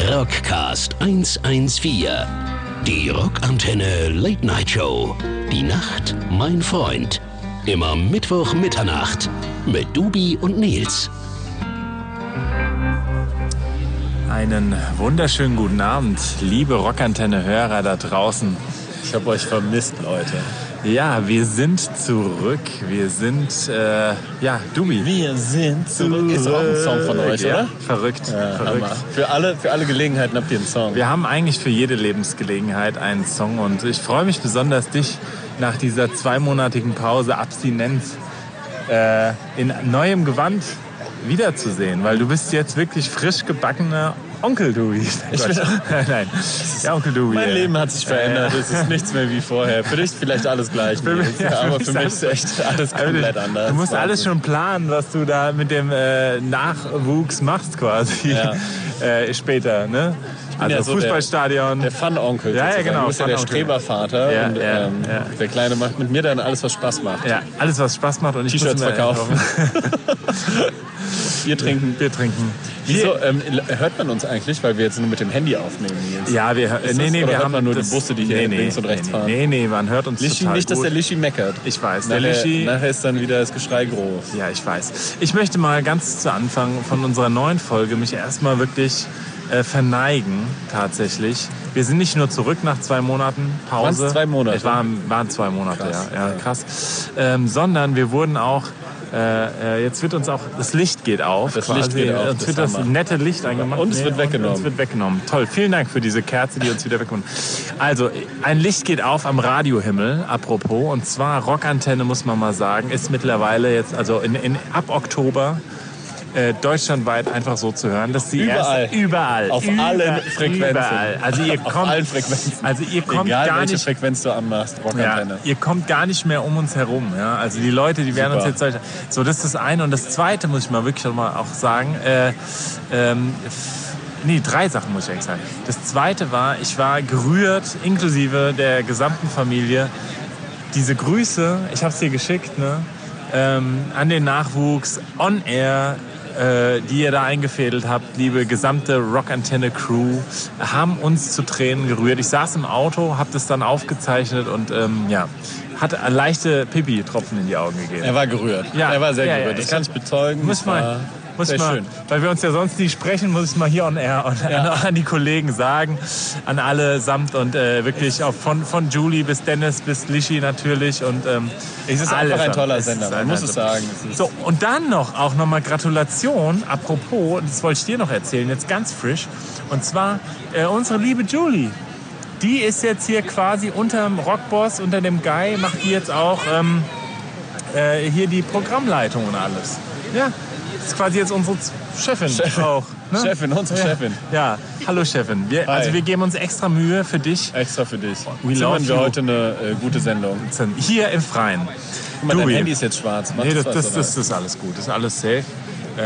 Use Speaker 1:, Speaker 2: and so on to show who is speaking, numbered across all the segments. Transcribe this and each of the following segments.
Speaker 1: Rockcast 114. Die Rockantenne Late Night Show. Die Nacht, mein Freund. Immer Mittwoch Mitternacht mit Dubi und Nils.
Speaker 2: Einen wunderschönen guten Abend, liebe Rockantenne-Hörer da draußen.
Speaker 3: Ich habe euch vermisst, Leute.
Speaker 2: Ja, wir sind zurück. Wir sind, äh, ja, Dubi.
Speaker 3: Wir sind zurück. Ist auch ein Song von euch,
Speaker 2: ja,
Speaker 3: oder?
Speaker 2: Verrückt, verrückt.
Speaker 3: Hammer. Für alle, für alle Gelegenheiten habt ihr einen Song.
Speaker 2: Wir haben eigentlich für jede Lebensgelegenheit einen Song und ich freue mich besonders, dich nach dieser zweimonatigen Pause Abstinenz äh, in neuem Gewand wiederzusehen, weil du bist jetzt wirklich frisch gebackener Onkel Dubi. Ich
Speaker 3: bin-
Speaker 2: Nein, ja, Onkel Dubi.
Speaker 3: mein
Speaker 2: ja.
Speaker 3: Leben hat sich verändert. Es ist nichts mehr wie vorher. Für dich vielleicht alles gleich. Nils,
Speaker 2: ja,
Speaker 3: aber
Speaker 2: mich
Speaker 3: für mich ist echt alles
Speaker 2: Also,
Speaker 3: komplett
Speaker 2: du,
Speaker 3: anders.
Speaker 2: Du musst
Speaker 3: Wahnsinn.
Speaker 2: alles schon planen, was du da mit dem äh, Nachwuchs machst quasi
Speaker 3: Ja.
Speaker 2: äh, später. Ne? Also
Speaker 3: ja so der-
Speaker 2: Fußballstadion.
Speaker 3: Der Fun-Onkel.
Speaker 2: Ja, ja,
Speaker 3: sozusagen.
Speaker 2: genau,
Speaker 3: Du bist ja der
Speaker 2: Fun-Onkel.
Speaker 3: Strebervater.
Speaker 2: Ja,
Speaker 3: und,
Speaker 2: ja,
Speaker 3: ähm,
Speaker 2: ja.
Speaker 3: Der Kleine macht mit mir dann alles, was Spaß macht.
Speaker 2: ja, alles was Spaß macht und ich
Speaker 3: T-Shirts
Speaker 2: muss immer-
Speaker 3: verkaufen. Bier trinken.
Speaker 2: Bier trinken.
Speaker 3: Wieso, ähm, hört man uns eigentlich, weil wir jetzt nur mit dem Handy aufnehmen, Nils?
Speaker 2: Ja, wir,
Speaker 3: Ist
Speaker 2: nee,
Speaker 3: das-
Speaker 2: nee,
Speaker 3: oder
Speaker 2: wir
Speaker 3: hört
Speaker 2: haben
Speaker 3: man nur die Busse, die hier
Speaker 2: nee, nee,
Speaker 3: links und rechts
Speaker 2: nee,
Speaker 3: fahren?
Speaker 2: Nee, nee, man hört uns
Speaker 3: Lischi,
Speaker 2: total
Speaker 3: nicht, dass
Speaker 2: gut.
Speaker 3: der Lischi meckert.
Speaker 2: Ich weiß, der
Speaker 3: Nachher,
Speaker 2: Lischi-
Speaker 3: Nachher ist dann wieder das Geschrei groß.
Speaker 2: Ja, ich weiß. Ich möchte mal ganz zu Anfang von unserer neuen Folge mich erstmal wirklich äh, verneigen, tatsächlich. Wir sind nicht nur zurück nach zwei Monaten Pause.
Speaker 3: Waren's zwei Monate?
Speaker 2: Es waren, waren zwei Monate,
Speaker 3: Krass,
Speaker 2: ja. ja. Krass. Ähm, sondern wir wurden auch, äh, äh, jetzt wird uns auch, das Licht geht auf.
Speaker 3: Das Licht geht auf,
Speaker 2: Uns
Speaker 3: das
Speaker 2: wird das
Speaker 3: Hammer.
Speaker 2: nette Licht angemacht.
Speaker 3: Und es wird weggenommen.
Speaker 2: uns wird weggenommen. Toll, vielen Dank für diese Kerze, die uns wieder weggenommen Also, ein Licht geht auf am Radiohimmel, apropos. Und zwar Rockantenne, muss man mal sagen, ist mittlerweile jetzt, also in, in, ab Oktober, äh, deutschlandweit einfach so zu hören, dass die
Speaker 3: Überall.
Speaker 2: Erste, überall.
Speaker 3: Auf
Speaker 2: überall,
Speaker 3: allen Frequenzen.
Speaker 2: Überall. Also ihr
Speaker 3: Auf
Speaker 2: kommt,
Speaker 3: allen Frequenzen.
Speaker 2: Also ihr kommt
Speaker 3: Egal
Speaker 2: gar
Speaker 3: welche
Speaker 2: nicht
Speaker 3: Frequenz du anmachst, Rockantenne.
Speaker 2: ja, ihr kommt gar nicht mehr um uns herum. Ja? Also die Leute, die werden
Speaker 3: Super.
Speaker 2: uns jetzt solche- so. Das ist das eine und das zweite muss ich mal wirklich noch mal auch sagen. Äh, ähm, f- nee, drei Sachen muss ich eigentlich sagen. Das zweite war, ich war gerührt inklusive der gesamten Familie. Diese Grüße, ich habe es dir geschickt, ne? ähm, an den Nachwuchs on air. äh, Die ihr da eingefädelt habt, liebe gesamte Rockantenne-Crew, haben uns zu Tränen gerührt. Ich saß im Auto, hab das dann aufgezeichnet und ähm, ja, hat leichte Pipi-Tropfen in die Augen gegeben.
Speaker 3: Er war gerührt.
Speaker 2: Ja,
Speaker 3: er war sehr
Speaker 2: ja, ja,
Speaker 3: gerührt. Das
Speaker 2: ich-
Speaker 3: kann ich bezeugen.
Speaker 2: Muss
Speaker 3: Das
Speaker 2: mal,
Speaker 3: war
Speaker 2: muss
Speaker 3: sehr
Speaker 2: mal ne?
Speaker 3: schön.
Speaker 2: weil wir uns ja sonst nie sprechen, muss ich mal hier on air und an, an die Kollegen sagen, an alle samt und äh, wirklich auch von, von Julie bis Dennis bis Lischi natürlich und ähm,
Speaker 3: Es ist
Speaker 2: alle
Speaker 3: einfach ein
Speaker 2: samt.
Speaker 3: toller
Speaker 2: Es ist
Speaker 3: Sender, man
Speaker 2: ein-
Speaker 3: muss es sagen. Es ist-
Speaker 2: So, und dann noch auch nochmal Gratulation, apropos, das wollte ich dir noch erzählen, jetzt ganz frisch, und zwar äh, unsere liebe Julie. Die ist jetzt hier quasi unterm Rockboss, unter dem Guy, macht die jetzt auch ähm, äh, hier die Programmleitung und alles. Ja, das ist quasi jetzt unsere Z- Chefin, auch. Ne?
Speaker 3: Chefin, unsere Chefin.
Speaker 2: Ja, hallo Chefin. Wir,
Speaker 3: Hi.
Speaker 2: also wir geben uns extra Mühe für dich
Speaker 3: Extra für dich.
Speaker 2: We love
Speaker 3: Zimmern wir
Speaker 2: you.
Speaker 3: heute eine äh, gute Sendung.
Speaker 2: hier im Freien.
Speaker 3: Guck mal, dein
Speaker 2: Dubi.
Speaker 3: Handy ist jetzt schwarz. Macht
Speaker 2: Nee, das,
Speaker 3: was,
Speaker 2: das,
Speaker 3: oder?
Speaker 2: das ist alles gut, das ist alles safe. Äh,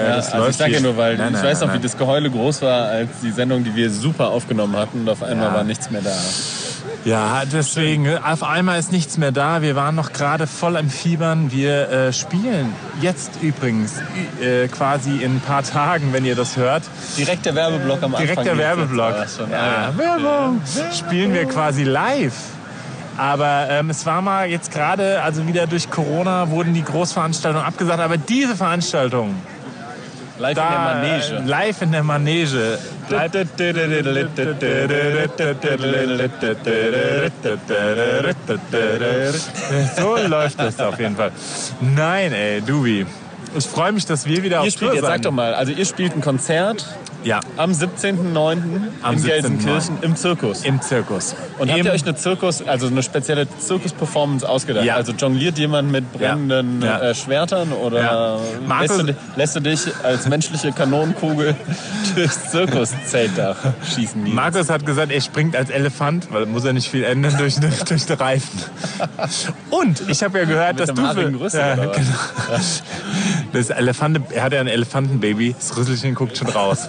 Speaker 3: Ja,
Speaker 2: das
Speaker 3: also ich
Speaker 2: läuft
Speaker 3: sage ja
Speaker 2: hier.
Speaker 3: nur, weil
Speaker 2: Nein,
Speaker 3: ich
Speaker 2: nein,
Speaker 3: weiß
Speaker 2: nein,
Speaker 3: noch, wie
Speaker 2: nein.
Speaker 3: das Geheule groß war, als die Sendung, die wir super aufgenommen hatten, und auf einmal
Speaker 2: Ja.
Speaker 3: war nichts mehr da.
Speaker 2: Ja, deswegen, auf einmal ist nichts mehr da. Wir waren noch gerade voll am Fiebern. Wir äh, spielen jetzt übrigens äh, quasi in ein paar Tagen, wenn ihr das hört.
Speaker 3: Direkt der Werbeblock am Anfang.
Speaker 2: Direkt der
Speaker 3: geht's jetzt.
Speaker 2: Werbeblock.
Speaker 3: Ah, ist schon- ah,
Speaker 2: Ja, Werbung. Spielen wir quasi live. Aber ähm, es war mal jetzt gerade, also wieder durch Corona wurden die Großveranstaltungen abgesagt. Aber diese Veranstaltung,
Speaker 3: Live
Speaker 2: da,
Speaker 3: in der Manege.
Speaker 2: äh, live in der Manege, bleibt So läuft das auf jeden Fall. Nein, ey, Dubi. Ich freue mich, dass wir wieder auf
Speaker 3: Ihr spielt,
Speaker 2: Tour
Speaker 3: jetzt
Speaker 2: sein.
Speaker 3: sagt doch mal, also ihr spielt ein Konzert
Speaker 2: Ja,
Speaker 3: am 17.09.
Speaker 2: Am
Speaker 3: in
Speaker 2: 17.09..
Speaker 3: Gelsenkirchen im Zirkus.
Speaker 2: im Zirkus.
Speaker 3: Und habt
Speaker 2: Im-
Speaker 3: ihr euch eine Zirkus, also eine spezielle Zirkus-Performance ausgedacht?
Speaker 2: Ja.
Speaker 3: Also jongliert jemand mit brennenden
Speaker 2: Ja.
Speaker 3: Äh, Schwertern oder
Speaker 2: Ja.
Speaker 3: lässt,
Speaker 2: Markus-
Speaker 3: du, di- lässt du dich als menschliche Kanonenkugel durchs Zirkuszelt da schießen? Nils?
Speaker 2: Markus hat gesagt, er springt als Elefant, weil muss er nicht viel ändern durch, den- durch den Reifen. Und ich habe ja gehört, dass
Speaker 3: einem
Speaker 2: du
Speaker 3: haarigen Rüssel,
Speaker 2: ja,
Speaker 3: oder was?
Speaker 2: genau. Das Elefante, er hat ja ein Elefantenbaby. Das Rüsselchen guckt schon raus.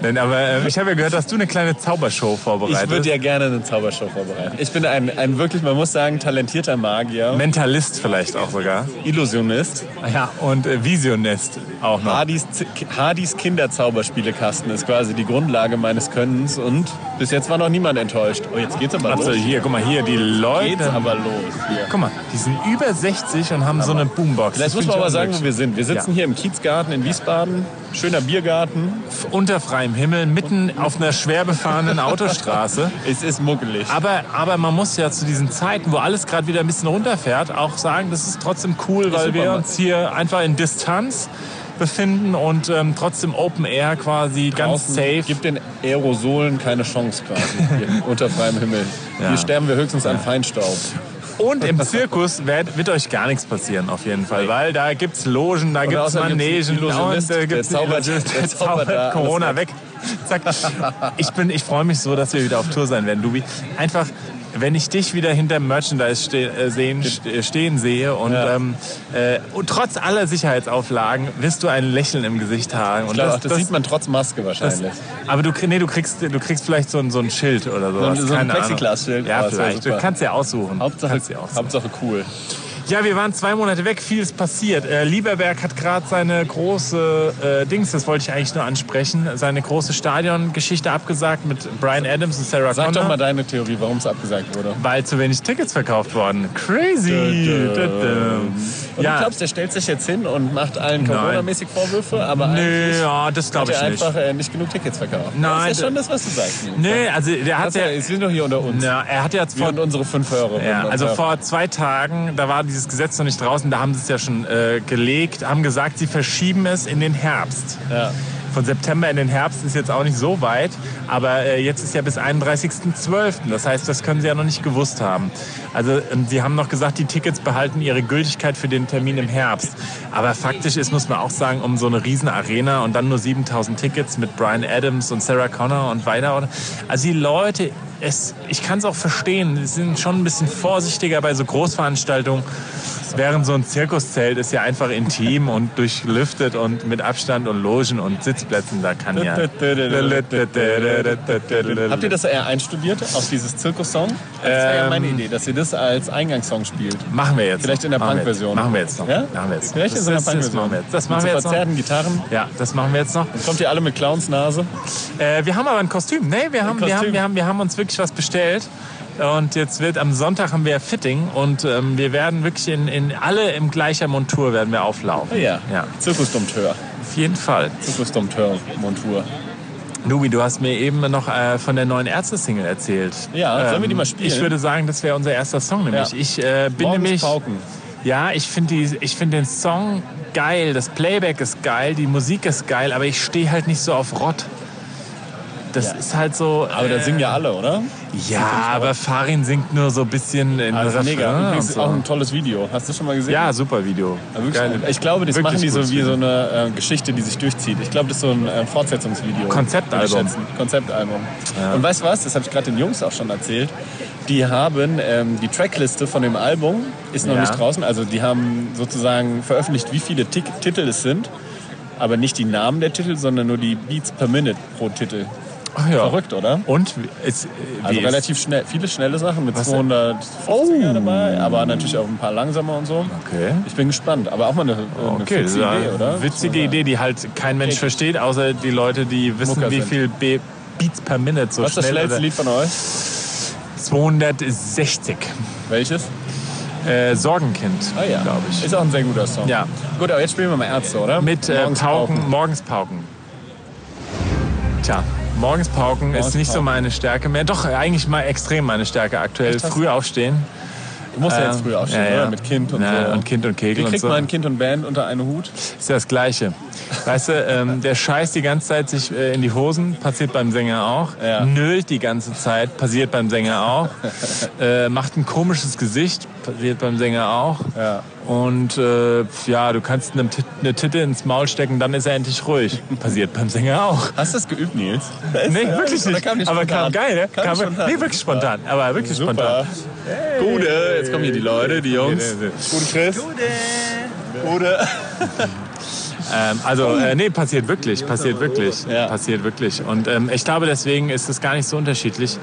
Speaker 2: Nein, aber äh, ich habe ja gehört, dass du eine kleine Zaubershow
Speaker 3: Ich würde
Speaker 2: vorbereitet.
Speaker 3: ja gerne eine Zaubershow vorbereiten. Ich bin ein, ein wirklich, man muss sagen, talentierter Magier,
Speaker 2: Mentalist vielleicht auch sogar.
Speaker 3: Illusionist.
Speaker 2: Ja, und äh, Visionist auch noch.
Speaker 3: Hardys, Z- Hardys Kinderzauberspielekasten ist quasi die Grundlage meines Könnens und bis jetzt war noch niemand enttäuscht. Oh, jetzt geht's aber
Speaker 2: Also
Speaker 3: los.
Speaker 2: hier, guck mal, hier die
Speaker 3: Geht's
Speaker 2: Leute.
Speaker 3: aber los. Hier.
Speaker 2: Guck mal, die sind über 60 und haben so eine Boombox.
Speaker 3: Vielleicht
Speaker 2: Das
Speaker 3: muss
Speaker 2: find
Speaker 3: man
Speaker 2: ich
Speaker 3: aber sagen, wo
Speaker 2: unmöglich.
Speaker 3: wir sind. Wir sitzen
Speaker 2: Ja.
Speaker 3: hier im Kiezgarten in Wiesbaden. Schöner Biergarten.
Speaker 2: unter freiem Himmel, mitten auf einer schwer befahrenen Autostraße.
Speaker 3: Es ist muckelig.
Speaker 2: Aber, aber man muss ja zu diesen Zeiten, wo alles gerade wieder ein bisschen runterfährt, auch sagen, das ist trotzdem cool, weil wir
Speaker 3: Supermarkt.
Speaker 2: uns hier einfach in Distanz befinden und ähm, trotzdem Open Air quasi ganz
Speaker 3: Außen
Speaker 2: safe.
Speaker 3: Gibt den Aerosolen keine Chance quasi. Hier unter freiem Himmel.
Speaker 2: Ja.
Speaker 3: Hier sterben wir höchstens an Feinstaub.
Speaker 2: Und im Zirkus wird, wird euch gar nichts passieren auf jeden Fall, weil da gibt's Logen, da gibt's
Speaker 3: außerdem gibt's
Speaker 2: Manegen,
Speaker 3: einen Illusionist,
Speaker 2: und, äh,
Speaker 3: der
Speaker 2: gibt's einen
Speaker 3: zaubert-
Speaker 2: Illusionist,
Speaker 3: der
Speaker 2: der
Speaker 3: zaubert da
Speaker 2: zaubert
Speaker 3: alles
Speaker 2: Corona weg. Zack. Ich bin, ich freue mich so, dass wir wieder auf Tour sein werden, Dubi. Einfach, wenn ich dich wieder hinter Merchandise ste äh, sehen, st- äh, stehen sehe und,
Speaker 3: Ja.
Speaker 2: ähm, äh, und trotz aller Sicherheitsauflagen wirst du ein Lächeln im Gesicht haben. Und
Speaker 3: Klar, das, sieht man trotz Maske
Speaker 2: das-
Speaker 3: wahrscheinlich.
Speaker 2: aber du, krie- nee, du, kriegst, du kriegst vielleicht so ein, so ein Schild oder sowas.
Speaker 3: so ein
Speaker 2: Keine Ahnung.
Speaker 3: Plexiglas-Schild. Oh,
Speaker 2: Ja,
Speaker 3: das wär
Speaker 2: vielleicht. Du
Speaker 3: super.
Speaker 2: kannst ja aussuchen.
Speaker 3: Hauptsache,
Speaker 2: kannst ja aussuchen.
Speaker 3: Hauptsache cool.
Speaker 2: Ja, wir waren zwei Monate weg, viel ist passiert. Äh, Lieberberg hat gerade seine große äh, Dings, das wollte ich eigentlich nur ansprechen, seine große Stadiongeschichte abgesagt mit Brian Adams und Sarah
Speaker 3: Sag
Speaker 2: Connor,
Speaker 3: doch mal deine Theorie, warum es abgesagt wurde.
Speaker 2: weil zu wenig Tickets verkauft wurden. Crazy.
Speaker 3: Dö, dö. Und du
Speaker 2: Ja,
Speaker 3: glaubst, der stellt sich jetzt hin und macht allen
Speaker 2: Nein.
Speaker 3: Corona-mäßig Vorwürfe, aber
Speaker 2: nee,
Speaker 3: eigentlich
Speaker 2: ja, das
Speaker 3: hat
Speaker 2: glaube
Speaker 3: er
Speaker 2: ich nicht.
Speaker 3: einfach äh, nicht genug Tickets verkauft.
Speaker 2: Nein,
Speaker 3: Das ist ja schon das, was du sagst. Nils.
Speaker 2: Nee, also der hat
Speaker 3: Das ja,
Speaker 2: ja,
Speaker 3: wir sind doch hier unter uns.
Speaker 2: na, er hat ja jetzt
Speaker 3: Wir
Speaker 2: vor
Speaker 3: und unsere fünf Hörer.
Speaker 2: Ja,
Speaker 3: Und
Speaker 2: also
Speaker 3: Hörer.
Speaker 2: vor zwei Tagen, da war dieses Gesetz noch nicht draußen, da haben sie es ja schon äh, gelegt, haben gesagt, sie verschieben es in den Herbst.
Speaker 3: Ja.
Speaker 2: Von September in den Herbst ist jetzt auch nicht so weit, aber äh, jetzt ist ja bis 31.12. Das heißt, das können sie ja noch nicht gewusst haben. Also ähm, sie haben noch gesagt, die Tickets behalten ihre Gültigkeit für den Termin im Herbst. Aber faktisch ist, muss man auch sagen, um so eine riesen Arena und dann nur 7000 Tickets mit Brian Adams und Sarah Connor und weiter. und- Also die Leute, es, ich kann es auch verstehen, sie sind schon ein bisschen vorsichtiger bei so Großveranstaltungen. Während so ein Zirkuszelt ist ja einfach intim und durchlüftet und mit Abstand und Logen und Sitzplätzen, da kann ja...
Speaker 3: Habt ihr das eher einstudiert, auf dieses Zirkus-Song? Das war ja
Speaker 2: Ähm,
Speaker 3: meine Idee, dass ihr das als Eingangssong spielt.
Speaker 2: Machen wir jetzt.
Speaker 3: Vielleicht in der
Speaker 2: Machen wir jetzt.
Speaker 3: Punk-Version.
Speaker 2: Machen wir jetzt noch.
Speaker 3: Ja?
Speaker 2: Machen wir jetzt noch.
Speaker 3: Vielleicht
Speaker 2: Das-
Speaker 3: in so einer
Speaker 2: das- das
Speaker 3: Punk-Version.
Speaker 2: machen wir jetzt. Das
Speaker 3: Mit
Speaker 2: machen
Speaker 3: so
Speaker 2: wir jetzt noch.
Speaker 3: verzerrten Gitarren.
Speaker 2: Ja, das machen wir jetzt noch.
Speaker 3: Kommt ihr alle mit Clownsnase?
Speaker 2: Äh, wir haben aber ein Kostüm. Nee, wir haben, wir,
Speaker 3: Kostüm.
Speaker 2: haben, wir, haben, wir haben uns wirklich was bestellt. Und jetzt wird am Sonntag haben wir Fitting und ähm, wir werden wirklich in, in alle im gleicher Montur werden wir
Speaker 3: Oh
Speaker 2: auflaufen. ja.
Speaker 3: Zirkusdompteur.
Speaker 2: Auf jeden Fall.
Speaker 3: Zirkusdompteur-Montur.
Speaker 2: Nubi, du hast mir eben noch äh, von der neuen Ärzte-Single erzählt. Ähm,
Speaker 3: Ja, sollen wir die mal spielen?
Speaker 2: Ich würde sagen, das wäre unser erster Song nämlich.
Speaker 3: Ja.
Speaker 2: Ich äh, bin
Speaker 3: Morgens
Speaker 2: nämlich...
Speaker 3: Pauken.
Speaker 2: Ja, ich finde die- ich find den Song geil, das Playback ist geil, die Musik ist geil, aber ich stehe halt nicht so auf Rott. Das
Speaker 3: Ja.
Speaker 2: ist halt so...
Speaker 3: Aber da
Speaker 2: äh,
Speaker 3: singen ja alle, oder?
Speaker 2: Ja, aber Farin singt nur so ein bisschen in
Speaker 3: Also
Speaker 2: Refrain
Speaker 3: mega.
Speaker 2: und
Speaker 3: Übrigens auch
Speaker 2: so.
Speaker 3: ein tolles Video. Hast du schon mal gesehen?
Speaker 2: Ja, super Video.
Speaker 3: Ja, wirklich gut. Ich glaube, das
Speaker 2: Wirklich
Speaker 3: machen die so
Speaker 2: gutes
Speaker 3: wie
Speaker 2: Video.
Speaker 3: so eine äh, Geschichte, die sich durchzieht. Ich glaube, das ist so ein äh, Fortsetzungsvideo.
Speaker 2: Konzeptalbum.
Speaker 3: Würde ich schätzen. Konzeptalbum. Und weißt du was? Das habe ich gerade den Jungs auch schon erzählt. Die haben ähm, die Trackliste von dem Album ist noch
Speaker 2: Ja.
Speaker 3: nicht draußen. Also die haben sozusagen veröffentlicht, wie viele Tick Titel es sind, aber nicht die Namen der Titel, sondern nur die Beats per Minute pro Titel.
Speaker 2: Ach ja.
Speaker 3: Verrückt, oder?
Speaker 2: Und ist, äh,
Speaker 3: Also
Speaker 2: wie ist,
Speaker 3: relativ schnell, viele schnelle Sachen mit
Speaker 2: Was-
Speaker 3: 250
Speaker 2: Oh.
Speaker 3: dabei, aber natürlich auch ein paar langsamer und so.
Speaker 2: Okay.
Speaker 3: Ich bin gespannt, aber auch mal eine, eine
Speaker 2: Okay, das
Speaker 3: fixe
Speaker 2: ist eine
Speaker 3: Idee, oder?
Speaker 2: witzige Idee, die halt kein Mensch
Speaker 3: Okay.
Speaker 2: versteht, außer die Leute, die wissen,
Speaker 3: Mucker
Speaker 2: wie
Speaker 3: sind.
Speaker 2: viel Be Beats per Minute so
Speaker 3: Was ist das
Speaker 2: schnell also
Speaker 3: schnellste Lied von euch?
Speaker 2: oder 260.
Speaker 3: Welches?
Speaker 2: Äh, Sorgenkind,
Speaker 3: Ah ja,
Speaker 2: glaube ich.
Speaker 3: Ist auch ein sehr guter Song.
Speaker 2: Ja.
Speaker 3: Gut, aber jetzt spielen wir mal Ärzte, oder?
Speaker 2: Mit äh,
Speaker 3: Morgens
Speaker 2: Pauken,
Speaker 3: Pauken.
Speaker 2: morgens Pauken. Tja, morgens Pauken ist
Speaker 3: Morgens
Speaker 2: nicht so
Speaker 3: Pauken.
Speaker 2: meine Stärke mehr. Doch, eigentlich mal extrem meine Stärke aktuell.
Speaker 3: hast
Speaker 2: Früh aufstehen.
Speaker 3: Du musst ja jetzt
Speaker 2: Ähm,
Speaker 3: früh aufstehen,
Speaker 2: ja, ja.
Speaker 3: oder? Mit Kind und
Speaker 2: Ja,
Speaker 3: so.
Speaker 2: und Kind und Kegel
Speaker 3: Wie
Speaker 2: und
Speaker 3: kriegt
Speaker 2: so.
Speaker 3: man Kind und Band unter einen Hut?
Speaker 2: Ist ja das Gleiche. Weißt du, ähm, der scheißt die ganze Zeit sich äh, in die Hosen, passiert beim Sänger auch.
Speaker 3: Ja.
Speaker 2: Nölt die ganze Zeit, passiert beim Sänger auch. äh, macht ein komisches Gesicht, passiert beim Sänger auch.
Speaker 3: Ja.
Speaker 2: Und äh, pf, ja, du kannst eine, eine Titte ins Maul stecken, dann ist er endlich ruhig. Passiert beim Sänger auch.
Speaker 3: Hast du das geübt, Nils?
Speaker 2: Nee, wirklich
Speaker 3: Oder
Speaker 2: nicht.
Speaker 3: kam die
Speaker 2: aber kam
Speaker 3: spontan?
Speaker 2: geil, ne?
Speaker 3: Kam
Speaker 2: Kam
Speaker 3: spontan.
Speaker 2: nee, wirklich spontan. Aber wirklich
Speaker 3: Super.
Speaker 2: spontan.
Speaker 3: Gute, jetzt kommen hier die Leute, die Jungs.
Speaker 2: Nee, nee, nee.
Speaker 3: Gute Chris. Gute. Gute.
Speaker 2: Ähm, also, äh, nee, passiert wirklich, passiert wirklich,
Speaker 3: Ja.
Speaker 2: passiert wirklich. Und ähm, ich glaube, deswegen ist es gar nicht so unterschiedlich.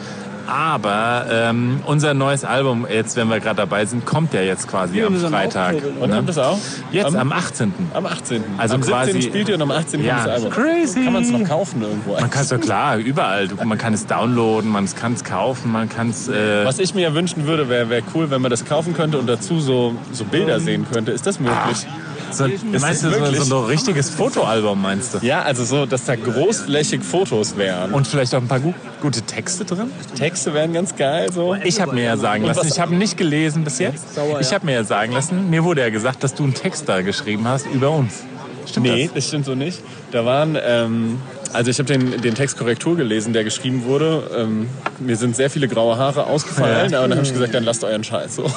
Speaker 2: Aber ähm, unser neues Album, jetzt, wenn wir gerade dabei sind, kommt ja jetzt quasi
Speaker 4: Wir
Speaker 2: am
Speaker 4: müssen
Speaker 2: Freitag. ne?
Speaker 4: aufkurbeln,
Speaker 3: Und habt ihr das auch?
Speaker 2: Jetzt
Speaker 3: am,
Speaker 2: am 18.
Speaker 3: am 18.
Speaker 2: Also
Speaker 3: am 17.
Speaker 2: quasi-
Speaker 3: spielt ihr und am 18.
Speaker 2: Ja,
Speaker 3: kommt das Album.
Speaker 2: crazy.
Speaker 3: Kann man es noch kaufen irgendwo?
Speaker 2: Man kann es ja klar, überall. Du, man kann es downloaden, man kann es kaufen, man kann es. Äh,
Speaker 3: Was ich mir ja wünschen würde, wäre wär cool, wenn man das kaufen könnte und dazu so, so Bilder sehen könnte. Ist das möglich?
Speaker 2: so, meinst du so,
Speaker 3: wirklich?
Speaker 2: so ein richtiges Fotoalbum, meinst du?
Speaker 3: Ja, also so, dass da großflächig Fotos wären. Und
Speaker 2: Und vielleicht auch ein paar gu gute Texte drin?
Speaker 3: Texte wären ganz geil. So.
Speaker 2: Ich habe mir ja sagen
Speaker 3: Und
Speaker 2: lassen,
Speaker 3: was-
Speaker 2: ich habe nicht gelesen bis jetzt.
Speaker 4: Sauer, ja.
Speaker 2: Ich habe mir ja sagen lassen, mir wurde ja gesagt, dass du einen Text da geschrieben hast über uns. Stimmt
Speaker 3: nee, das? stimmt so nicht. Da waren, ähm, also ich habe den, den Text Korrektur gelesen, der geschrieben wurde. Ähm, mir sind sehr viele graue Haare ausgefallen, aber dann habe ich gesagt, dann lasst euren Scheiß. So.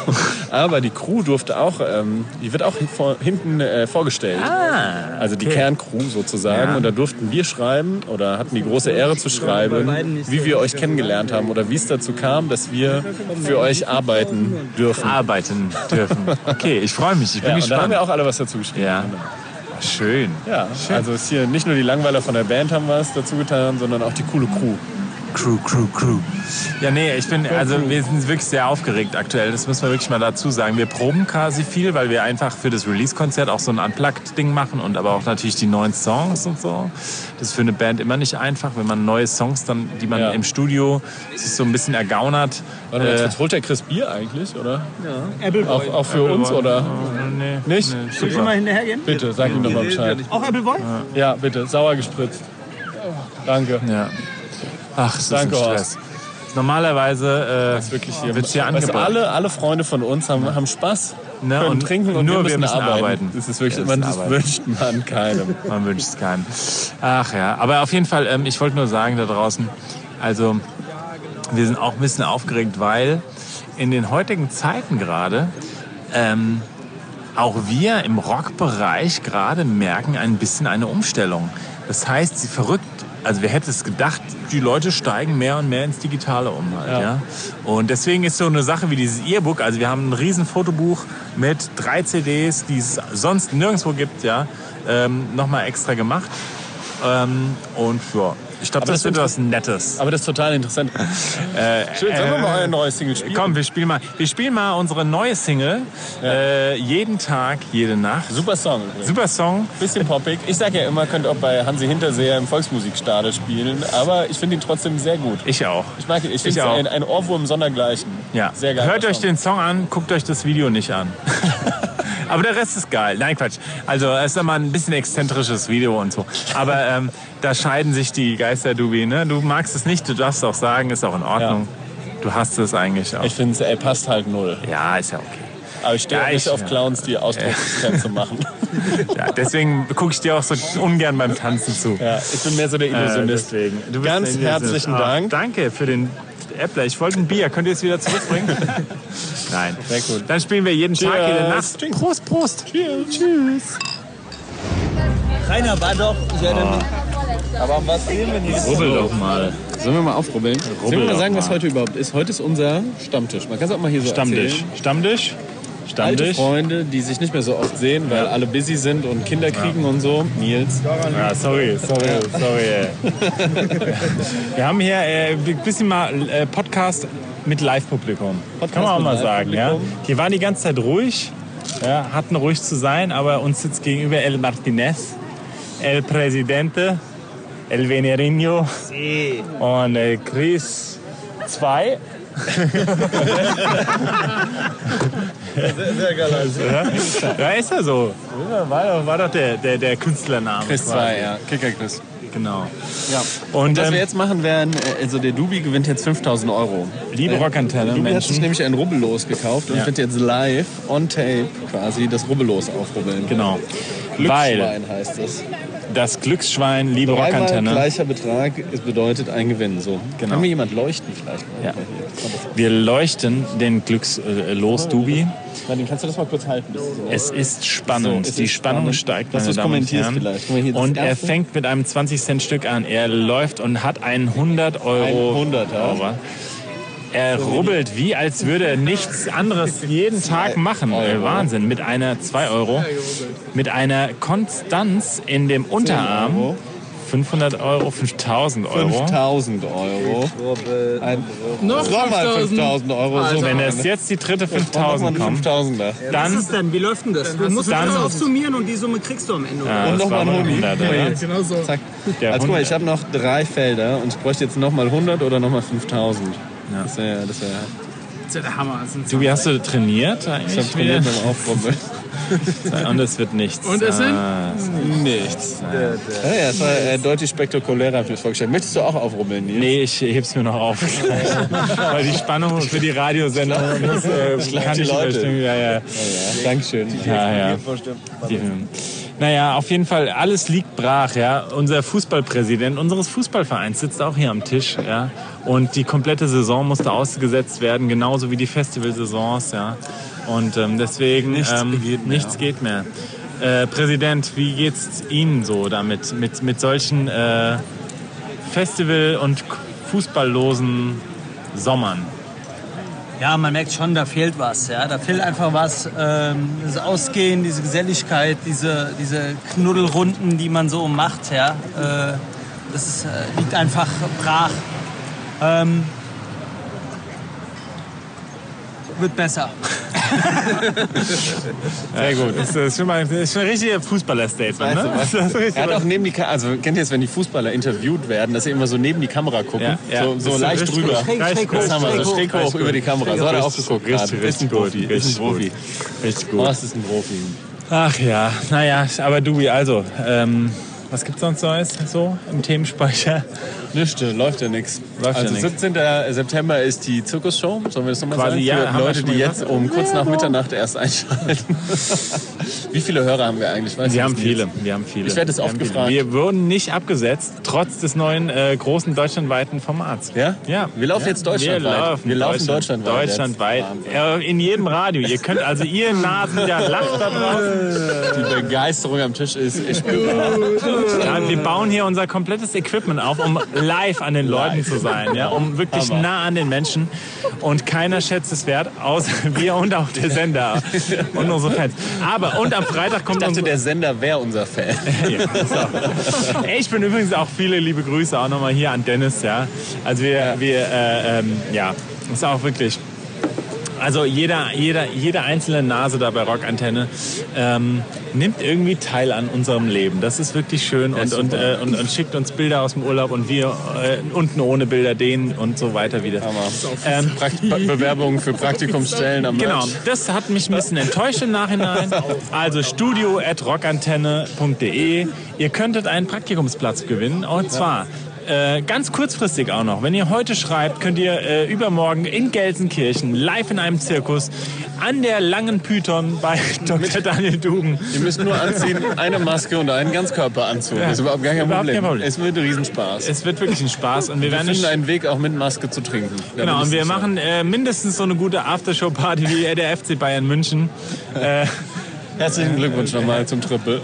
Speaker 3: Aber die Crew durfte auch, ähm, die wird auch hin- vor, hinten äh, vorgestellt.
Speaker 2: Ah,
Speaker 3: Also die Kerncrew sozusagen.
Speaker 2: Ja.
Speaker 3: Und da durften wir schreiben oder hatten die große Ehre zu schreiben, wie wir euch kennengelernt haben oder wie es dazu kam, dass wir für euch arbeiten dürfen.
Speaker 2: Arbeiten dürfen. Okay, ich freue mich, ich Ah, bin
Speaker 3: Ja, und da
Speaker 2: gespannt.
Speaker 3: haben wir auch alle was dazu geschrieben.
Speaker 2: Ja. Schön.
Speaker 3: Ja, also es ist hier nicht nur die Langweiler von der Band haben was dazu getan, sondern auch die coole Crew.
Speaker 2: Crew, Crew, Crew. Ja, nee, ich bin, also wir sind wirklich sehr aufgeregt aktuell. Das müssen wir wirklich mal dazu sagen. Wir proben quasi viel, weil wir einfach für das Release-Konzert auch so ein Unplugged-Ding machen und aber auch natürlich die neuen Songs und so. Das ist für eine Band immer nicht einfach, wenn man neue Songs dann, die man
Speaker 3: Ja.
Speaker 2: im Studio sich so ein bisschen ergaunert.
Speaker 3: Warte mal,
Speaker 2: Äh,
Speaker 3: jetzt holt der Chris Bier eigentlich, oder?
Speaker 4: Apple
Speaker 3: Auch,
Speaker 4: Boy.
Speaker 3: auch für uns, oder?
Speaker 2: Nee,
Speaker 3: Nicht?
Speaker 2: Nee,
Speaker 4: Soll ich mal
Speaker 2: super.
Speaker 4: hinterhergehen?
Speaker 3: Bitte, sag ihm doch mal Bescheid.
Speaker 4: Auch Apple Boy?
Speaker 3: Ja, bitte, sauer gespritzt. Danke.
Speaker 2: Ja. Ach, es ist ein
Speaker 3: Danke, Horst.
Speaker 2: Stress. Normalerweise
Speaker 3: Ist
Speaker 2: äh,
Speaker 3: wirklich hier.
Speaker 2: wird's hier
Speaker 3: weißt du,
Speaker 2: angebaut.
Speaker 3: alle, und alle Freunde von uns haben, haben Spaß,
Speaker 2: Ne,
Speaker 3: können
Speaker 2: und
Speaker 3: trinken und
Speaker 2: nur
Speaker 3: wir müssen, arbeiten. Das ist wirklich,
Speaker 2: Wir
Speaker 3: man
Speaker 2: müssen
Speaker 3: das
Speaker 2: arbeiten.
Speaker 3: wünscht man keinem.
Speaker 2: Man wünscht es keinem. Ach ja, aber auf jeden Fall, ähm, ich wollte nur sagen da draußen, also wir sind auch ein bisschen aufgeregt, weil in den heutigen Zeiten gerade ähm, auch wir im Rockbereich gerade merken ein bisschen eine Umstellung. Das heißt, sie verrückt, also wer hätte es gedacht, die Leute steigen mehr und mehr ins Digitale um. Halt, ja.
Speaker 3: Ja.
Speaker 2: Und deswegen ist so eine Sache wie dieses E-Book, also wir haben ein riesen Fotobuch mit drei CDs, die es sonst nirgendwo gibt, ja, ähm, nochmal extra gemacht. Ähm, und ja, ich glaube,
Speaker 3: Aber
Speaker 2: das
Speaker 3: das
Speaker 2: wird
Speaker 3: sind-
Speaker 2: was Nettes.
Speaker 3: Aber das ist total interessant. Schön, sollen wir mal euer neues Single spielen?
Speaker 2: Komm, wir spielen mal, wir spielen mal unsere neue Single. Äh, jeden Tag, jede Nacht.
Speaker 3: Super Song. übrigens.
Speaker 2: Super Song.
Speaker 3: Bisschen poppig. Ich sag ja immer, könnt auch bei Hansi Hinterseher im Volksmusikstade spielen, aber ich finde ihn trotzdem sehr gut.
Speaker 2: Ich auch.
Speaker 3: Ich mag ihn. Ich
Speaker 2: Ich
Speaker 3: finde es
Speaker 2: auch.
Speaker 3: ein, ein Ohrwurm sondergleichen.
Speaker 2: Ja.
Speaker 3: Sehr geil.
Speaker 2: Hört euch den Song an, guckt euch das Video nicht an. Aber der Rest ist geil. Nein, Quatsch. Also es ist immer ein bisschen exzentrisches Video und so. Aber ähm, da scheiden sich die Geister, Dubi. Ne? Du magst es nicht, du darfst auch sagen, ist auch in Ordnung. Du hast es eigentlich auch.
Speaker 3: Ich finde es, passt halt null.
Speaker 2: ja, ist ja okay.
Speaker 3: Aber ich stehe
Speaker 2: Ja,
Speaker 3: auch nicht
Speaker 2: ich-
Speaker 3: auf Clowns, die Ausdrucksgrenze machen.
Speaker 2: Ja, deswegen gucke ich dir auch so ungern beim Tanzen zu.
Speaker 3: Ja, ich bin mehr so der Illusionist.
Speaker 2: Äh, deswegen. Du bist
Speaker 3: Ganz
Speaker 2: ein Illusionist.
Speaker 3: herzlichen
Speaker 2: Ah,
Speaker 3: Dank.
Speaker 2: danke für den Äppler. Ich wollte ein Bier. Könnt ihr es wieder zurückbringen? Nein.
Speaker 3: Sehr gut.
Speaker 2: Dann spielen wir jeden Tag,
Speaker 3: Cheers.
Speaker 2: jede Nacht.
Speaker 3: Tschüss.
Speaker 2: Prost, Prost.
Speaker 3: Tschüss.
Speaker 4: Keiner war doch. Ich erinnere mich. Aber was sehen wir nicht?
Speaker 2: Ah. Rubbel doch mal.
Speaker 3: Sollen wir mal aufrubbeln? Sollen wir
Speaker 2: doch
Speaker 3: mal sagen,
Speaker 2: mal.
Speaker 3: was heute überhaupt ist? Heute ist unser Stammtisch. Man kann es auch mal hier so
Speaker 2: Stammtisch.
Speaker 3: erzählen.
Speaker 2: Stammtisch.
Speaker 3: Alte
Speaker 2: Stammtisch.
Speaker 3: Freunde, die sich nicht mehr so oft sehen, weil alle busy sind und Kinder kriegen und so. Nils.
Speaker 2: Ah, sorry, sorry, sorry. ey. wir haben hier äh, ein bisschen mal äh, Podcast mit Live-Publikum. Kann man auch
Speaker 3: mit
Speaker 2: mal sagen. Ja?
Speaker 3: Live-Publikum.
Speaker 2: Die waren die ganze Zeit ruhig, ja, hatten ruhig zu sein, aber uns sitzt gegenüber El Martinez, El Presidente, El Venerino und äh, Chris 2. Ja, ist ja so. War doch, war doch der, der, der Künstlername.
Speaker 3: Chris 2, ja. Kicker Chris.
Speaker 2: Genau.
Speaker 3: Ja.
Speaker 2: Und
Speaker 3: Was wir
Speaker 2: ähm,
Speaker 3: jetzt machen werden, äh, also der Dubi gewinnt jetzt 5000 Euro.
Speaker 2: liebe Rockantenne,
Speaker 3: Dubi hat sich
Speaker 2: Menschen.
Speaker 3: nämlich ein Rubbellos gekauft und
Speaker 2: Ja.
Speaker 3: wird jetzt live on tape quasi das Rubbellos aufrubbeln.
Speaker 2: Genau. Weil
Speaker 3: Glücksschwein heißt es.
Speaker 2: das Glücksschwein, liebe
Speaker 3: Dreimal
Speaker 2: Rockantenne,
Speaker 3: gleicher Betrag, es bedeutet ein Gewinn. So.
Speaker 2: Genau.
Speaker 3: Kann mir jemand leuchten vielleicht? mal?
Speaker 2: Ja.
Speaker 3: Das war das-
Speaker 2: wir leuchten den Glückslos, Dubi.
Speaker 3: Martin, kannst du das mal kurz halten? Das ist so-
Speaker 2: Es ist spannend.
Speaker 3: So, es
Speaker 2: Die
Speaker 3: ist
Speaker 2: Spannung
Speaker 3: spannend.
Speaker 2: steigt.
Speaker 3: Dass
Speaker 2: meine
Speaker 3: du's
Speaker 2: Damen und
Speaker 3: kommentierst
Speaker 2: Herren.
Speaker 3: vielleicht. Guck mal hier, das
Speaker 2: Und er
Speaker 3: erste.
Speaker 2: fängt mit einem 20-Cent-Stück an. Er läuft und hat einen 100 Euro.
Speaker 3: Ein 100er.
Speaker 2: Euro. Er rubbelt wie, als würde er nichts anderes jeden Tag machen. Äh, Wahnsinn. Mit einer 2 Euro. Mit einer Konstanz in dem Unterarm.
Speaker 3: Euro.
Speaker 2: 500 Euro, 5000 Euro.
Speaker 3: 5000 Euro. Ein,
Speaker 5: Noch
Speaker 3: nochmal
Speaker 5: 5000.
Speaker 3: 5000 Euro. So,
Speaker 2: Wenn es jetzt die dritte
Speaker 3: nochmal
Speaker 2: 5000
Speaker 3: ein
Speaker 2: kommt,
Speaker 3: 5000er.
Speaker 6: Was
Speaker 2: dann
Speaker 6: ist denn? Wie läuft denn das? Du musst
Speaker 2: dann-
Speaker 6: das aufsummieren und die Summe kriegst du am Ende.
Speaker 2: Ja,
Speaker 3: Und
Speaker 2: das war
Speaker 3: nochmal ein
Speaker 2: mal
Speaker 3: Huni.
Speaker 2: 100, oder?
Speaker 5: Genau so.
Speaker 3: Zack.
Speaker 2: Der
Speaker 3: also guck mal,
Speaker 2: 100.
Speaker 3: ich habe noch drei Felder und ich bräuchte jetzt nochmal 100 oder nochmal 5000. Das wäre das wär,
Speaker 5: Das ist ja der Hammer. Das sind
Speaker 2: Du, wie hast du trainiert
Speaker 3: Ich
Speaker 2: eigentlich?
Speaker 3: habe trainiert
Speaker 2: wieder?
Speaker 3: beim Aufrubbeln.
Speaker 2: Und es wird nichts.
Speaker 5: Und es sind-
Speaker 2: Ah,
Speaker 3: Nichts. Ja, ja, das war äh, deutlich spektakulärer, habe ich mir das vorgestellt. Möchtest du auch aufrubbeln, Nils?
Speaker 2: Nee, ich heb's mir noch auf. Weil die Spannung für die Radiosender muss, äh,
Speaker 3: Ich glaub,
Speaker 2: kann
Speaker 3: die
Speaker 2: ich
Speaker 3: Leute.
Speaker 2: überstimmen. Ja, ja.
Speaker 3: Ja, Dankeschön.
Speaker 2: Ja, ja. Die, ähm, naja, auf jeden Fall, alles liegt brach. Ja. Unser Fußballpräsident unseres Fußballvereins sitzt auch hier am Tisch. Ja. Und die komplette Saison musste ausgesetzt werden, genauso wie die Festivalsaisons. Ja. Und ähm, deswegen nichts, ähm, geht, mehr. nichts geht mehr. Äh, Präsident, wie geht's Ihnen so damit, mit, mit solchen äh, Festival- und fußballlosen Sommern?
Speaker 6: Ja, man merkt schon, da fehlt was. Ja? Da fehlt einfach was. Ähm, das Ausgehen, diese Geselligkeit, diese, diese Knuddelrunden, die man so macht. Ja? Äh, das ist, äh, liegt einfach brach. Ähm, wird besser.
Speaker 2: Sehr gut. Das ist schon mal das ist schon ein richtiger Fußballer-Statement. Ne?
Speaker 3: Weißt du,
Speaker 2: Das ist
Speaker 3: was?
Speaker 2: richtig
Speaker 3: Er hat auch neben die Ka also kennt ihr das, wenn die Fußballer interviewt werden, dass sie immer so neben die Kamera gucken,
Speaker 2: Ja, ja.
Speaker 3: so, so
Speaker 2: Das ist
Speaker 3: leicht
Speaker 2: richtig
Speaker 3: drüber.
Speaker 2: gut. Richtig
Speaker 3: das haben wir so schräg hoch
Speaker 2: Richtig
Speaker 3: über die
Speaker 2: gut.
Speaker 3: Kamera. So hat
Speaker 2: Richtig-
Speaker 3: er aufgeguckt.
Speaker 2: richtig-
Speaker 3: gerade.
Speaker 2: richtig
Speaker 3: ist ein
Speaker 2: gut.
Speaker 3: Profi, ist ein
Speaker 2: Richtig
Speaker 3: Profi.
Speaker 2: Richtig
Speaker 3: Oh,
Speaker 2: gut.
Speaker 3: es ist ein Profi.
Speaker 2: Ach ja, naja, aber Dubi, also, ähm, was gibt's sonst Neues so im Themenspeicher?
Speaker 3: Nichts, läuft ja nichts.
Speaker 2: Läuft ja
Speaker 3: Also
Speaker 2: nix.
Speaker 3: 17. September ist die Zirkusshow, sollen wir das nochmal
Speaker 2: Quasi,
Speaker 3: sagen?
Speaker 2: ja, haben
Speaker 3: Für
Speaker 2: wir
Speaker 3: Leute,
Speaker 2: schon mal
Speaker 3: die jetzt um kurz nach Mitternacht erst einschalten. Wie viele Hörer haben wir eigentlich? Weißt du
Speaker 2: Wir haben
Speaker 3: das nicht?
Speaker 2: viele, wir haben viele.
Speaker 3: Ich werde es
Speaker 2: Wir
Speaker 3: oft
Speaker 2: haben viele.
Speaker 3: gefragt.
Speaker 2: Wir wurden nicht abgesetzt, trotz des neuen äh, großen deutschlandweiten Formats.
Speaker 3: Ja?
Speaker 2: Ja.
Speaker 3: Wir laufen
Speaker 2: ja.
Speaker 3: jetzt deutschlandweit.
Speaker 2: Wir laufen,
Speaker 3: Wir laufen deutschlandweit jetzt.
Speaker 2: Deutschlandweit. Äh, in jedem Radio. Ihr könnt also, ihr Nasen, der lacht da draußen.
Speaker 3: Die Begeisterung am Tisch ist echt überragend.
Speaker 2: Ja, wir bauen hier unser komplettes Equipment auf, um live an den Leuten zu sein, ja, um wirklich
Speaker 3: Hammer.
Speaker 2: nah an den Menschen. Und keiner schätzt es wert, außer wir und auch der Sender und unsere Fans. Aber und am Freitag kommt
Speaker 3: Ich dachte,
Speaker 2: unsere,
Speaker 3: der Sender wäre unser Fan.
Speaker 2: Ja, so. Ey, Ich bin übrigens auch viele liebe Grüße auch nochmal hier an Dennis. Ja. Also wir, wir äh, ähm, ja, ist auch wirklich. Also jeder, jeder, jede einzelne Nase da bei Rockantenne ähm, nimmt irgendwie teil an unserem Leben. Das ist wirklich schön und, und, äh, und, und schickt uns Bilder aus dem Urlaub und wir äh, unten ohne Bilder den und so weiter wieder. Ähm,
Speaker 3: Prakt Bewerbungen für Praktikumsstellen am
Speaker 2: Genau,
Speaker 3: Merch.
Speaker 2: das hat mich ein bisschen enttäuscht im Nachhinein. Also studio.rockantenne.de. Ihr könntet einen Praktikumsplatz gewinnen. Und zwar äh, ganz kurzfristig auch noch. Wenn ihr heute schreibt, könnt ihr äh, übermorgen in Gelsenkirchen live in einem Zirkus an der langen Python bei Dr. Daniel Dugen.
Speaker 3: Ihr müsst nur anziehen, eine Maske und einen Ganzkörperanzug. Ist überhaupt gar kein
Speaker 2: Überhaupt
Speaker 3: Problem.
Speaker 2: kein Problem.
Speaker 3: Es wird ein Riesenspaß.
Speaker 2: Es wird wirklich ein Spaß und wir
Speaker 3: Wir
Speaker 2: werden
Speaker 3: finden
Speaker 2: nicht
Speaker 3: einen Weg, auch mit Maske zu trinken. Da
Speaker 2: Genau,
Speaker 3: bin ich
Speaker 2: und wir
Speaker 3: sicher.
Speaker 2: machen äh, mindestens so eine gute Aftershow-Party wie der FC Bayern München. Äh,
Speaker 3: Herzlichen Glückwunsch nochmal zum Triple.
Speaker 2: Ähm,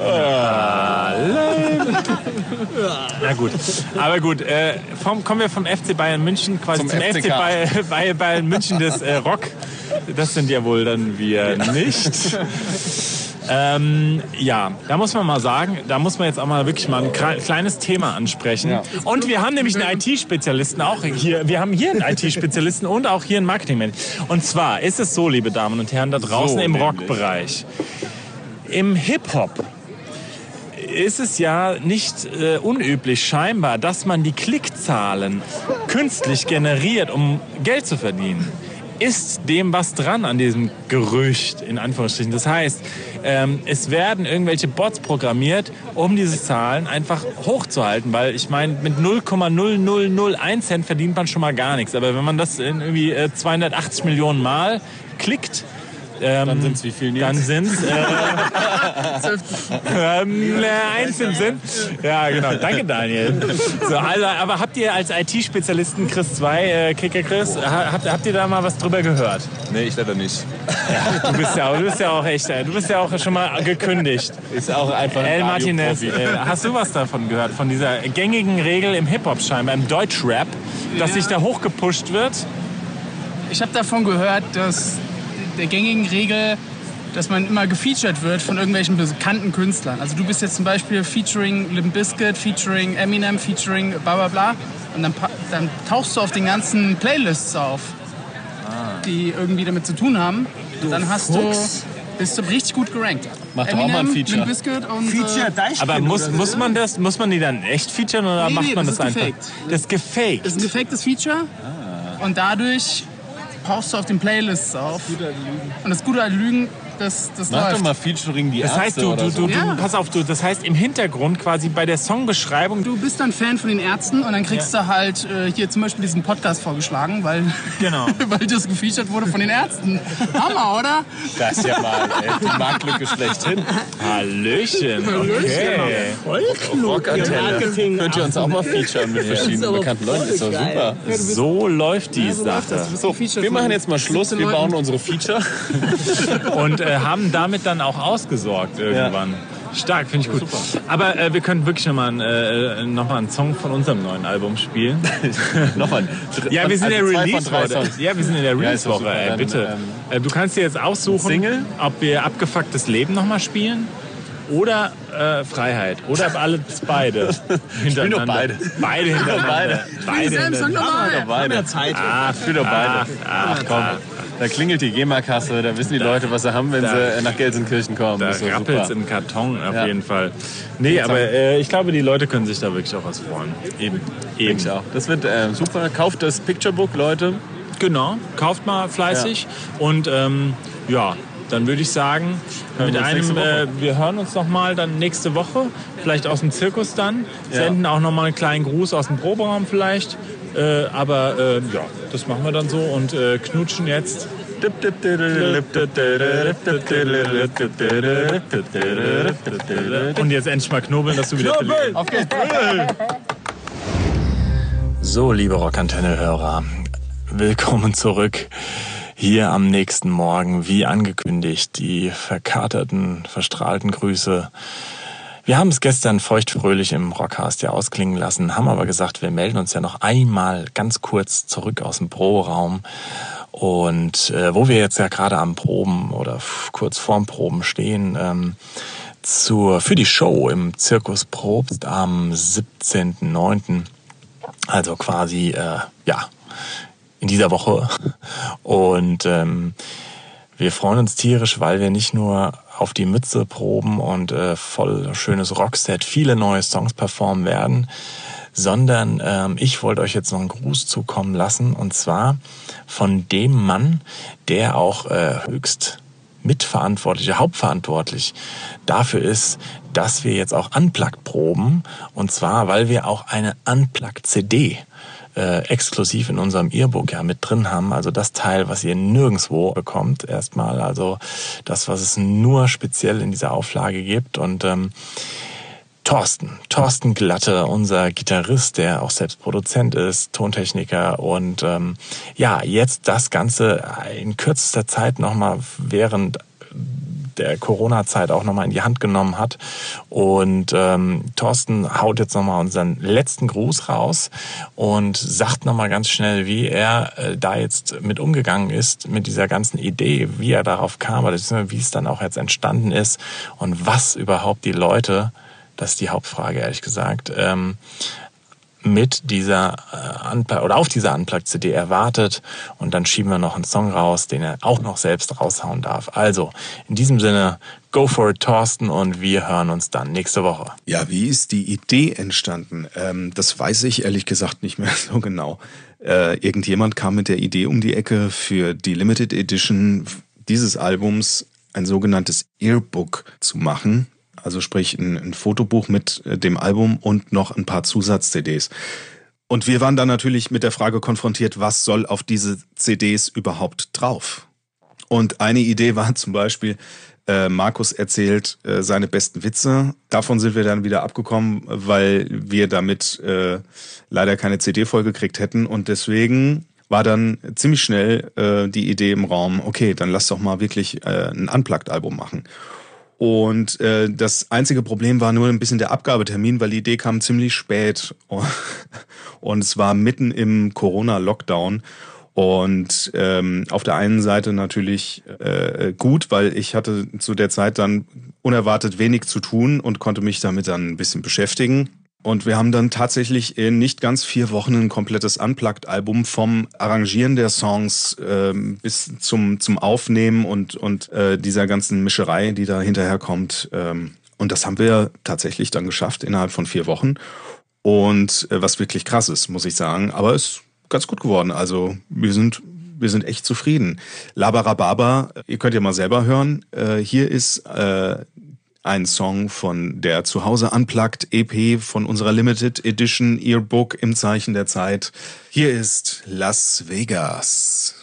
Speaker 2: Na gut, aber gut, äh, vom, kommen wir vom FC Bayern München quasi zum,
Speaker 3: Zum
Speaker 2: FC
Speaker 3: FCK.
Speaker 2: Bay- Bay- Bayern München des äh, Rock. Das sind ja wohl dann wir nicht. Ähm, ja, da muss man mal sagen, da muss man jetzt auch mal wirklich mal ein kra- kleines Thema ansprechen. Und wir haben nämlich einen IT-Spezialisten auch hier. Wir haben hier einen IT-Spezialisten und auch hier einen Marketingmanager. Und zwar ist es so, liebe Damen und Herren, da draußen im
Speaker 3: nämlich.
Speaker 2: Rockbereich, im Hip-Hop, ist es ja nicht äh, unüblich scheinbar, dass man die Klickzahlen künstlich generiert, um Geld zu verdienen. Ist dem was dran an diesem Gerücht, in Anführungsstrichen? Das heißt, ähm, es werden irgendwelche Bots programmiert, um diese Zahlen einfach hochzuhalten, weil ich meine, mit 0,0001 Cent verdient man schon mal gar nichts. Aber wenn man das in irgendwie äh, 280 Millionen Mal klickt, ähm, dann sind es
Speaker 3: wie viel, Nils?
Speaker 2: Dann sind's, äh, ähm, na, eins im Sinn. Ja, genau. Danke, Daniel. So, also, aber habt ihr als IT-Spezialisten Chris 2, äh, Kicker Chris, ha- habt, habt ihr da mal was drüber gehört?
Speaker 7: Nee, ich leider nicht.
Speaker 2: Du bist ja, du bist ja auch echt, äh, du bist ja auch schon mal gekündigt.
Speaker 3: Ist auch einfach ein
Speaker 2: El
Speaker 3: Radio-Profi.
Speaker 2: Martinez, äh, hast du was davon gehört? Von dieser gängigen Regel im Hip-Hop scheinbar, im Deutschrap, dass sich da hochgepusht wird?
Speaker 5: ich habe davon gehört, dass der gängigen Regel, dass man immer gefeatured wird von irgendwelchen bekannten Künstlern. Also du bist jetzt zum Beispiel featuring Limp Bizkit, featuring Eminem, featuring bla bla bla. Und dann, pa- dann tauchst du auf den ganzen Playlists auf,
Speaker 3: Ah.
Speaker 5: die irgendwie damit zu tun haben. Und dann hast
Speaker 6: Fuchs.
Speaker 5: du bist du richtig gut gerankt.
Speaker 3: Mach doch auch
Speaker 5: Eminem,
Speaker 3: mal ein Feature.
Speaker 5: Limp Bizkit und
Speaker 6: Feature
Speaker 5: äh,
Speaker 6: Deichkind
Speaker 2: Aber muss,
Speaker 6: oder so.
Speaker 2: muss man das, muss man die dann echt featuren oder
Speaker 5: Nee,
Speaker 2: macht
Speaker 5: nee,
Speaker 2: man das,
Speaker 5: das ist
Speaker 2: einfach?
Speaker 5: gefaked.
Speaker 2: Das ist gefaked.
Speaker 5: ist ein gefaktes Feature.
Speaker 3: Ah.
Speaker 5: Und dadurch tauchst du auf den Playlists auf. Und das gute alte Lügen, das, das
Speaker 3: Mach
Speaker 5: läuft.
Speaker 3: doch mal Featuring die
Speaker 2: das
Speaker 3: Ärzte
Speaker 2: heißt, du,
Speaker 3: oder
Speaker 2: du,
Speaker 3: so.
Speaker 2: du, du
Speaker 5: Ja.
Speaker 2: pass auf, du, das heißt im Hintergrund quasi bei der Songbeschreibung,
Speaker 5: Du bist dann Fan von den Ärzten und dann kriegst du halt äh, hier zum Beispiel diesen Podcast vorgeschlagen, weil,
Speaker 2: Genau.
Speaker 5: weil das gefeatured wurde von den Ärzten. Hammer, oder?
Speaker 3: Das ist ja mal ey, die Marktlücke schlechthin.
Speaker 2: Hallöchen, okay.
Speaker 3: Rockantenne.
Speaker 7: Marketing-
Speaker 3: Könnt ihr uns auch mal featuren mit
Speaker 7: Das ist
Speaker 3: verschiedenen
Speaker 7: aber
Speaker 3: bekannten Leuten? Ist doch
Speaker 7: voll
Speaker 3: super.
Speaker 7: geil.
Speaker 2: genau. So läuft die Sache.
Speaker 3: So, wir machen jetzt mal Schluss. Wir bauen unsere Feature.
Speaker 2: und äh, haben damit dann auch ausgesorgt irgendwann. Stark, finde ich gut. Aber äh, wir können wirklich nochmal äh, noch mal einen Song von unserem neuen Album spielen.
Speaker 3: Nochmal.
Speaker 2: Ja, wir sind in
Speaker 3: Also
Speaker 2: der
Speaker 3: zwei von drei
Speaker 2: Release-Woche.
Speaker 3: Songs.
Speaker 2: Ja, wir sind in der Release-Woche,
Speaker 3: super.
Speaker 2: ey,
Speaker 3: Dann, ähm,
Speaker 2: bitte. Äh, du kannst dir jetzt aussuchen,
Speaker 3: Single?
Speaker 2: ob wir abgefucktes Leben nochmal spielen oder äh, Freiheit. Oder alles beide. Hintereinander.
Speaker 3: doch beide.
Speaker 2: Beide hintereinander.
Speaker 3: Beide.
Speaker 2: Beide
Speaker 5: Selben Song
Speaker 2: hintereinander.
Speaker 5: nochmal.
Speaker 3: Beide.
Speaker 6: Zeit.
Speaker 3: Ah, für doch beide.
Speaker 2: ach,
Speaker 3: Ach komm. Da klingelt die GEMA-Kasse, da wissen die Leute, was sie haben, wenn
Speaker 2: da-
Speaker 3: sie äh, nach Gelsenkirchen kommen.
Speaker 2: Da
Speaker 3: Das ist doch
Speaker 2: rappelt's
Speaker 3: super.
Speaker 2: im Karton auf
Speaker 3: Ja.
Speaker 2: jeden Fall. Nee, aber äh, ich glaube, die Leute können sich da wirklich auch was freuen. Eben. Eben.
Speaker 3: Ich auch. Das wird ähm, super. Kauft das Picturebook, Leute.
Speaker 2: Genau, kauft mal fleißig. Und ähm, ja, dann würde ich sagen,
Speaker 3: Hören
Speaker 2: mit
Speaker 3: wir uns
Speaker 2: einem,
Speaker 3: nächste Woche.
Speaker 2: äh, wir hören uns nochmal dann nächste Woche, vielleicht aus dem Zirkus dann.
Speaker 3: Ja.
Speaker 2: Senden auch nochmal einen kleinen Gruß aus dem Proberaum vielleicht. Äh, aber äh, ja, das machen wir dann so und äh, knutschen jetzt. Und jetzt endlich mal knobeln, dass du wieder Knobeln!
Speaker 3: Auf geht's.
Speaker 2: So, liebe Rockantenne-Hörer, willkommen zurück. Hier am nächsten Morgen, wie angekündigt, die verkaterten, verstrahlten Grüße. Wir haben es gestern feuchtfröhlich im Rockcast ja ausklingen lassen, haben aber gesagt, wir melden uns ja noch einmal ganz kurz zurück aus dem Pro-Raum. Und äh, wo wir jetzt ja gerade am Proben oder f- kurz vorm Proben stehen, ähm, zur, für die Show im Zirkus Probst am 17.09. Also quasi, äh, ja, in dieser Woche. Und ähm, wir freuen uns tierisch, weil wir nicht nur auf die Mütze proben und äh, voll schönes Rockset, viele neue Songs performen werden, sondern ähm, ich wollte euch jetzt noch einen Gruß zukommen lassen und zwar von dem Mann, der auch äh, höchst mitverantwortlich, hauptverantwortlich dafür ist, dass wir jetzt auch Unplugged proben und zwar, weil wir auch eine Unplugged-CD äh, exklusiv in unserem Earbook ja mit drin haben. Also das Teil, was ihr nirgendwo bekommt, erstmal. Also das, was es nur speziell in dieser Auflage gibt. Und ähm, Thorsten, Thorsten Glatte, unser Gitarrist, der auch selbst Produzent ist, Tontechniker und ähm, ja, jetzt das Ganze in kürzester Zeit nochmal während der Corona-Zeit auch nochmal in die Hand genommen hat. Und ähm, Thorsten haut jetzt nochmal unseren letzten Gruß raus und sagt nochmal ganz schnell, wie er äh, da jetzt mit umgegangen ist, mit dieser ganzen Idee, wie er darauf kam, oder beziehungsweise wie es dann auch jetzt entstanden ist und was überhaupt die Leute, das ist die Hauptfrage ehrlich gesagt, ähm, mit dieser äh, Unpla- oder auf dieser Unplugged CD erwartet und dann schieben wir noch einen Song raus, den er auch noch selbst raushauen darf. Also, in diesem Sinne, go for it Thorsten und wir hören uns dann nächste Woche.
Speaker 8: Ja, wie ist die Idee entstanden? Ähm, das weiß ich ehrlich gesagt nicht mehr so genau. Äh, irgendjemand kam mit der Idee um die Ecke für die Limited Edition dieses Albums ein sogenanntes Earbook zu machen. Also sprich ein, ein Fotobuch mit äh, dem Album und noch ein paar Zusatz-CDs. Und wir waren dann natürlich mit der Frage konfrontiert, was soll auf diese CDs überhaupt drauf? Und eine Idee war zum Beispiel, äh, Markus erzählt äh, seine besten Witze. Davon sind wir dann wieder abgekommen, weil wir damit äh, leider keine CD vollgekriegt hätten. Und deswegen war dann ziemlich schnell äh, die Idee im Raum, okay, dann lass doch mal wirklich äh, ein Unplugged-Album machen. Und äh, das einzige Problem war nur ein bisschen der Abgabetermin, weil die Idee kam ziemlich spät und es war mitten im Corona-Lockdown. Und ähm, auf der einen Seite natürlich äh, gut, weil ich hatte zu der Zeit dann unerwartet wenig zu tun und konnte mich damit dann ein bisschen beschäftigen. Und wir haben dann tatsächlich in nicht ganz vier Wochen ein komplettes Unplugged-Album vom Arrangieren der Songs ähm, bis zum, zum Aufnehmen und, und äh, dieser ganzen Mischerei, die da hinterher kommt. Ähm, und das haben wir tatsächlich dann geschafft innerhalb von vier Wochen. Und äh, was wirklich krass ist, muss ich sagen. Aber es ist ganz gut geworden. Also wir sind, wir sind echt zufrieden. Labarababa, ihr könnt ja mal selber hören. Äh, hier ist äh, ein Song von der Zuhause Unplugged EP von unserer Limited Edition Earbook im Zeichen der Zeit. Hier ist Las Vegas.